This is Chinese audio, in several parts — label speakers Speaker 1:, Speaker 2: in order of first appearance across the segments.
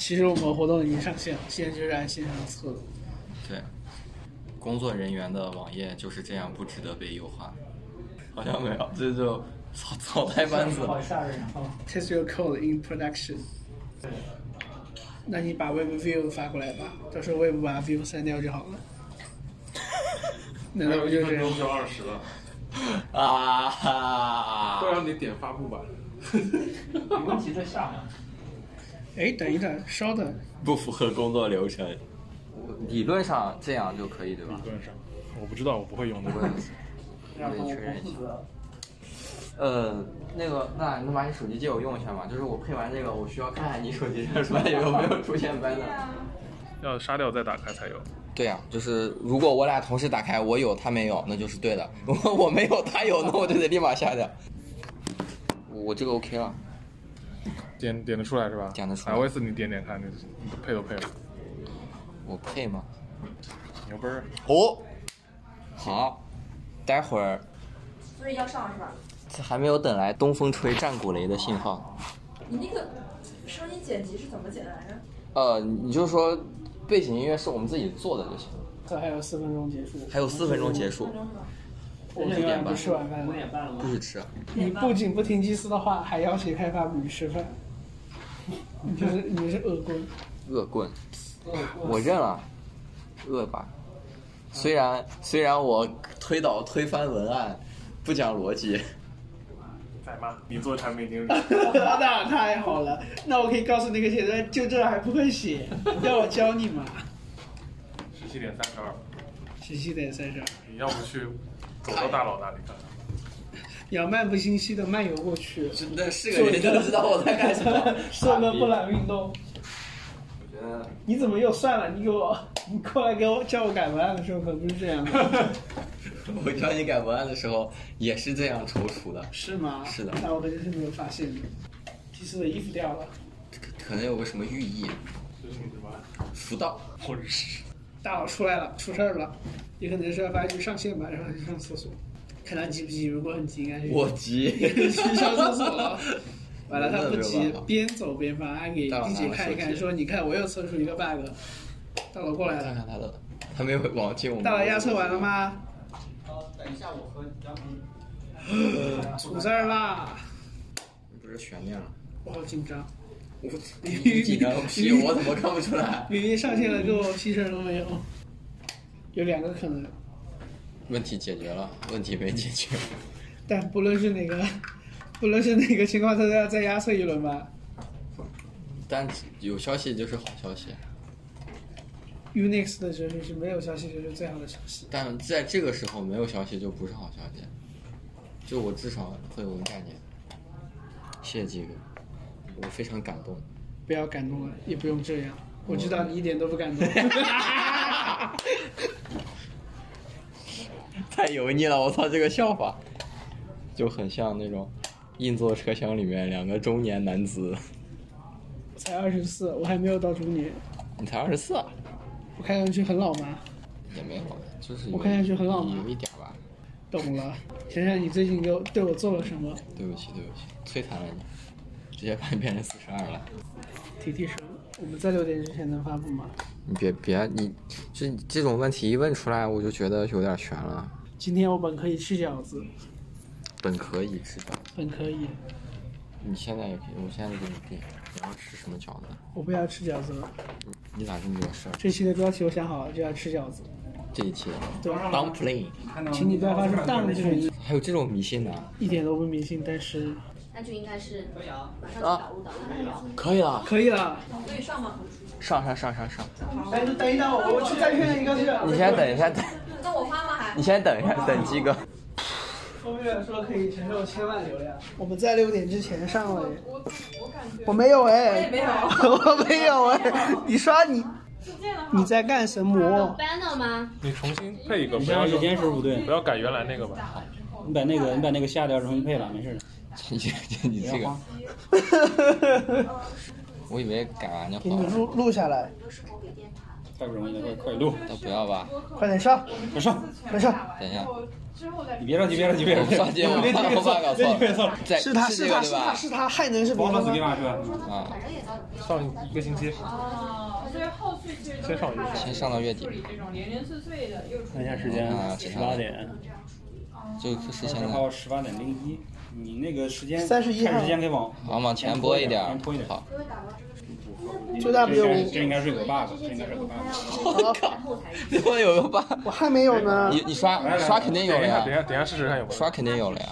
Speaker 1: 其实我们活动已经上线了，现在就在线上测了。
Speaker 2: 对，工作人员的网页就是这样，不值得被优化。好像没有，这就草 草台班子。
Speaker 3: 好吓人啊！
Speaker 1: Test your code in production。那你把 web view 发过来吧，到时候 web 把 view 删掉就好了。难道不就这
Speaker 4: 分
Speaker 1: 样
Speaker 4: 钟？就二十了，
Speaker 2: 啊
Speaker 4: 会
Speaker 2: 哈！
Speaker 4: 让你点发布版。
Speaker 3: 李文奇在厦门，
Speaker 1: 哎，等一等，稍等，
Speaker 2: 不符合工作流程。理论上这样就可以，对吧？
Speaker 5: 理论上，我不知道，我不会用的。
Speaker 3: 让
Speaker 2: 我
Speaker 3: 我
Speaker 2: 也确认
Speaker 3: 不
Speaker 2: 一
Speaker 3: 负
Speaker 2: 下。
Speaker 3: 责。
Speaker 2: 呃，那个，那你能把你手机借我用一下吗？就是我配完这个，我需要看看你手机上出来有没有出现 banner。
Speaker 5: 要杀掉再打开才有。
Speaker 2: 对呀、就是如果我俩同时打开，我有他没有，那就是对的；如果我没有他有，那我就得立马下掉。我这个 OK 了，
Speaker 5: 点点得出来是吧？
Speaker 2: 点得出来
Speaker 5: iOS 你点点看，你你配都配了，
Speaker 2: 我配吗？
Speaker 5: 牛掰儿！
Speaker 2: 哦，好，待会儿
Speaker 6: 所以要上是吧？
Speaker 2: 这还没有等来东风吹战鼓擂的信号。
Speaker 6: 你那个声音剪辑是怎么剪来着？
Speaker 2: 呃，你就说背景音乐是我们自己做的就行。
Speaker 1: 这还有四分钟结束。
Speaker 2: 还有四分钟结束
Speaker 6: 分，钟是吧？
Speaker 1: 我们今晚不吃晚饭
Speaker 3: 五
Speaker 1: 了。
Speaker 3: 点半了
Speaker 2: 不
Speaker 3: 吗？
Speaker 2: 许啊吃。
Speaker 1: 你不仅不听祭司的话，还要挟开发部与吃 饭，你就是你是恶棍。
Speaker 2: 恶棍，我认了，恶吧。虽然虽然我推倒推翻文案，不讲逻辑，
Speaker 5: 在吗？你做产品经理，
Speaker 1: 那太好了，那我可以告诉那个写生，就这还不会写，要我教你嘛。
Speaker 5: 十七点三十二，
Speaker 1: 十七点三十二，
Speaker 5: 你要不去走到大佬那里看看？
Speaker 1: 要漫不经心的漫游过 去，。
Speaker 2: 真的是个人都知道我在干什 么
Speaker 1: 做个布朗运动。
Speaker 2: 我觉得
Speaker 1: 你怎么又算了？你给我，你过来给我叫我改文案的时候可不是这样 的，
Speaker 2: 我教你改文案的时候也是这样踌躇的，
Speaker 1: 是吗？
Speaker 2: 是的
Speaker 1: 那我肯定是没有发现的。祭司的衣服掉了，
Speaker 2: 可可能有个什么寓意，福到。
Speaker 1: 大佬出来了，出事儿了，也可能是要发去上线吧，然后去上厕所，看他急不急。如果很急，应该去
Speaker 2: 我急，
Speaker 1: 去上厕所 了。完了，他不
Speaker 2: 真的没
Speaker 1: 急
Speaker 2: 有办法，
Speaker 1: 边走边发，还给
Speaker 2: 大佬拿
Speaker 1: 地姐
Speaker 2: 了
Speaker 1: 看一
Speaker 2: 手
Speaker 1: 看，
Speaker 2: 机
Speaker 1: 说你看我又测出一个 bug。大佬过来
Speaker 2: 看
Speaker 1: 了，
Speaker 2: 看他的，他没有往进我们。
Speaker 1: 大佬压测完了？吗？
Speaker 3: 等一下，我和杨明。
Speaker 1: 出事儿啦！
Speaker 2: 不是悬念了。
Speaker 1: 我好紧张，
Speaker 2: 我你紧张个 屁！我怎么看不出来？
Speaker 1: 明明上线了，跟我屁事儿都没有。有两个可能，
Speaker 2: 问题解决了，问题没解决。
Speaker 1: 但不论是哪个， 不论是哪个情况，他都要再压测一轮吧。
Speaker 2: 但有消息就是好消息，
Speaker 1: Unix 的哲学是没有消息就是最好的消息。
Speaker 2: 但在这个时候没有消息就不是好消息。就我至少会有个概念。谢谢这个，我非常感动。
Speaker 1: 不要感动了，也不用这样。我知道你一点都不感 动。
Speaker 2: 太油腻了，我操，这个笑话就很像那种硬座车厢里面两个中年男子。
Speaker 1: 才二十四，我还没有到中年。
Speaker 2: 你才二十四，啊
Speaker 1: 我看上去很老吗？
Speaker 2: 也没有，就是
Speaker 1: 我看上去很老吗
Speaker 2: 有一点儿吧。
Speaker 1: 懂了，想想你最近给我对我做了什么？
Speaker 2: 对不起，对不起，摧残了你，直接把你变成四十二了。
Speaker 1: 提提神，我们在六点之前能发布吗？
Speaker 2: 你别别，你这这种问题一问出来，我就觉得有点悬了。
Speaker 1: 今天我本可以吃饺子，
Speaker 2: 本可以吃的，
Speaker 1: 本可以，
Speaker 2: 你现在也可以，我现在就给你定。你要吃什么饺子？
Speaker 1: 我不要吃饺子了。
Speaker 2: 你你咋这么多事儿？
Speaker 1: 这期的标题我想好了，就要吃饺子。
Speaker 2: 这一期
Speaker 1: 对，
Speaker 2: dumpling
Speaker 1: 请你不要发出当的声音，
Speaker 2: 还有这种迷信呢？
Speaker 1: 一点都不迷信，但是
Speaker 6: 那就应该是马上
Speaker 2: 啊
Speaker 6: 就导入导入不了，
Speaker 2: 可以了，
Speaker 1: 可以了。
Speaker 6: 哦所以上吗？
Speaker 2: 上上上上上。
Speaker 1: 哎，你等一等我，我去啊再确认一个事儿。
Speaker 2: 你先等一下，等
Speaker 6: 嗯那我发吗？还
Speaker 2: 你先等一下，等鸡哥。
Speaker 1: 后面说可以承受千万流量。我们在六点之前上了耶，
Speaker 7: 我我感觉
Speaker 1: 我没有
Speaker 6: 我
Speaker 1: 哎
Speaker 6: 也，没有。
Speaker 1: 我没有哎，你刷你
Speaker 7: 是这样的
Speaker 1: 你
Speaker 7: 话，
Speaker 1: 在干什 么？
Speaker 6: banner 吗？
Speaker 5: 你重新配一个，
Speaker 8: 你
Speaker 5: 不
Speaker 8: 这
Speaker 5: 要
Speaker 8: 样时间是不对
Speaker 5: 不，要改原来那个吧。
Speaker 8: 你把那个你把那个下掉，重新配吧，没事的。
Speaker 2: 你你 这个，我以为改完就
Speaker 1: 给
Speaker 2: 好
Speaker 1: 你
Speaker 2: 了。
Speaker 1: 录录下来。
Speaker 8: 太不容易了，快快录，
Speaker 2: 那不要吧，
Speaker 1: 快点上，
Speaker 8: 快上，
Speaker 7: 快上
Speaker 2: 等一下，
Speaker 7: 之后再
Speaker 8: 你别着急，别着急，别着急，
Speaker 2: 我上街我
Speaker 8: 我这
Speaker 2: 怕我怕搞错了
Speaker 8: 这个错了，
Speaker 2: 在
Speaker 1: 是他
Speaker 2: 是这
Speaker 1: 他
Speaker 2: 个对
Speaker 1: 是他
Speaker 2: 吧？
Speaker 1: 是他，还能是别
Speaker 8: 王
Speaker 1: 人
Speaker 8: 老子给
Speaker 1: 吗？
Speaker 8: 马车，
Speaker 2: 啊，
Speaker 5: 上一个星期，
Speaker 7: 哦，所以后续其实都是
Speaker 5: 先上
Speaker 7: 他来
Speaker 2: 先上到月底
Speaker 7: 处理这种零零碎碎的，又出
Speaker 8: 看一下时
Speaker 2: 啊
Speaker 8: 间，
Speaker 2: 这
Speaker 8: 十
Speaker 2: 啥
Speaker 8: 八点，
Speaker 9: 哦
Speaker 2: 就是
Speaker 8: 二
Speaker 2: 现
Speaker 8: 十
Speaker 2: 在
Speaker 8: 号十八点零一，你那个时间
Speaker 1: 31
Speaker 8: 开始时间可以往
Speaker 2: 好往前拨一点儿
Speaker 8: 往前拨一，点
Speaker 2: 好，
Speaker 1: 最大不就
Speaker 8: 这应
Speaker 1: 我
Speaker 8: 该这应该是有个 bug，这应该是有个 bug。
Speaker 2: 这不有个 bug，
Speaker 1: 我还没有呢
Speaker 2: 你，你刷
Speaker 5: 来来
Speaker 2: 刷肯定有
Speaker 5: 等
Speaker 2: 了
Speaker 5: 一下，等一
Speaker 2: 呀，
Speaker 5: 下，等一下试试看有没有。
Speaker 2: 刷肯定有了呀。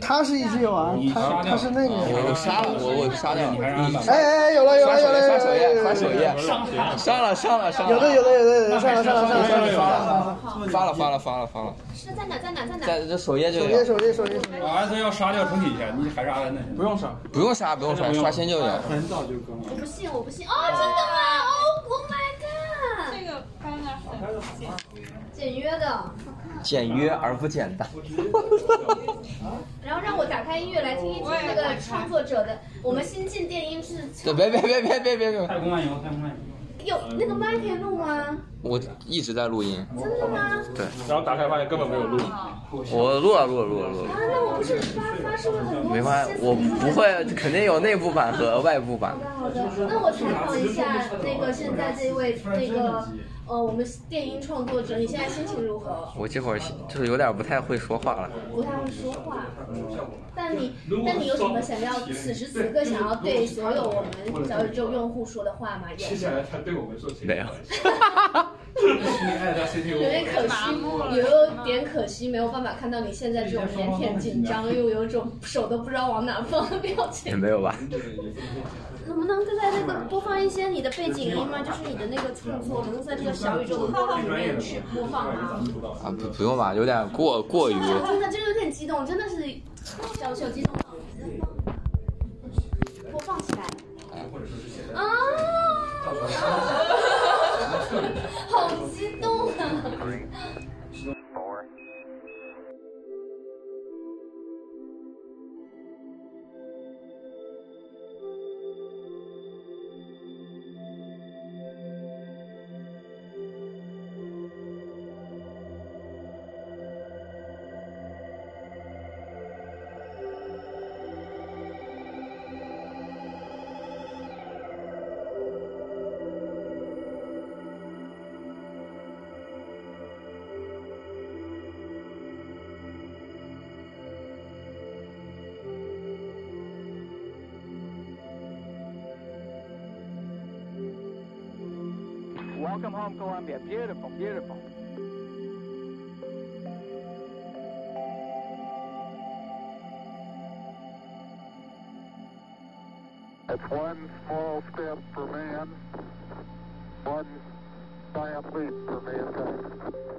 Speaker 1: 他是一直有啊，他他是那
Speaker 2: 啊
Speaker 1: 个。
Speaker 2: 我我杀了，我我杀掉
Speaker 8: 你还让安
Speaker 2: 了，
Speaker 8: 板
Speaker 1: 哎哎，哎有了有了有了有了有
Speaker 2: 刷
Speaker 1: 了
Speaker 2: 首页上了上了上了，
Speaker 1: 有的有的有的有的上了上了上了上了上了，
Speaker 2: 发了发了发了发了，
Speaker 9: 是在哪在哪在哪？
Speaker 2: 在这首页就
Speaker 1: 首页
Speaker 2: 有，
Speaker 1: 首页首页，
Speaker 8: 我儿子要杀掉重启一下，你还是阿兰的。
Speaker 4: 不用上，
Speaker 2: 不用刷不用刷，刷新就有。
Speaker 4: 很早就更了。
Speaker 9: 我不信，我不信。哦，真的吗？Oh oh my god！
Speaker 7: 这个 banner 是
Speaker 9: 简约的，
Speaker 2: 简约而不简单。
Speaker 9: 然后让我打开音乐来听一听那个创作者的。我们新进电音是
Speaker 2: 对，别别别别别别别，
Speaker 8: 太空漫游，太空漫游。
Speaker 9: 有那个麦可以录吗？
Speaker 2: 我一直在录音，
Speaker 9: 真的吗？
Speaker 5: 然后打开发现根本没有录。
Speaker 2: 我录了录了录了录
Speaker 9: 啊
Speaker 2: 了，，
Speaker 9: 那我不是发发出了很多
Speaker 2: 没关系
Speaker 9: 新，
Speaker 2: 我不会，啊肯定有内部版和外部版
Speaker 9: 好。的好的，那我采访一下那个现在这位那个呃，我们电音创作者，你现在心情如何？
Speaker 2: 我这会儿就是有点不太会说话了，
Speaker 9: 不太会说话，但你但你有什么想要此时此刻想要对所有我们小宇宙用户说的话吗？有
Speaker 4: 接下来他对我们说
Speaker 2: 没有，
Speaker 4: 你爱他 CTO，
Speaker 9: 有点可惜，有点可惜，没有办法看到你现在这种腼腆、紧张又有种手都不知道往哪放的表
Speaker 2: 也
Speaker 9: 情。
Speaker 2: 没有吧？
Speaker 9: 能不能在那个播放一些你的背景音吗？就是你的那个创作，能够在这个小宇宙的播放里面去播放吗？
Speaker 2: 啊，不不用吧，有点过过于。
Speaker 9: 我真的就是有点激动，真的是小小激动了。播放起来。啊！好激动啊！
Speaker 10: Welcome home, Columbia. Beautiful, beautiful. It's one small step for man, one giant leap for mankind.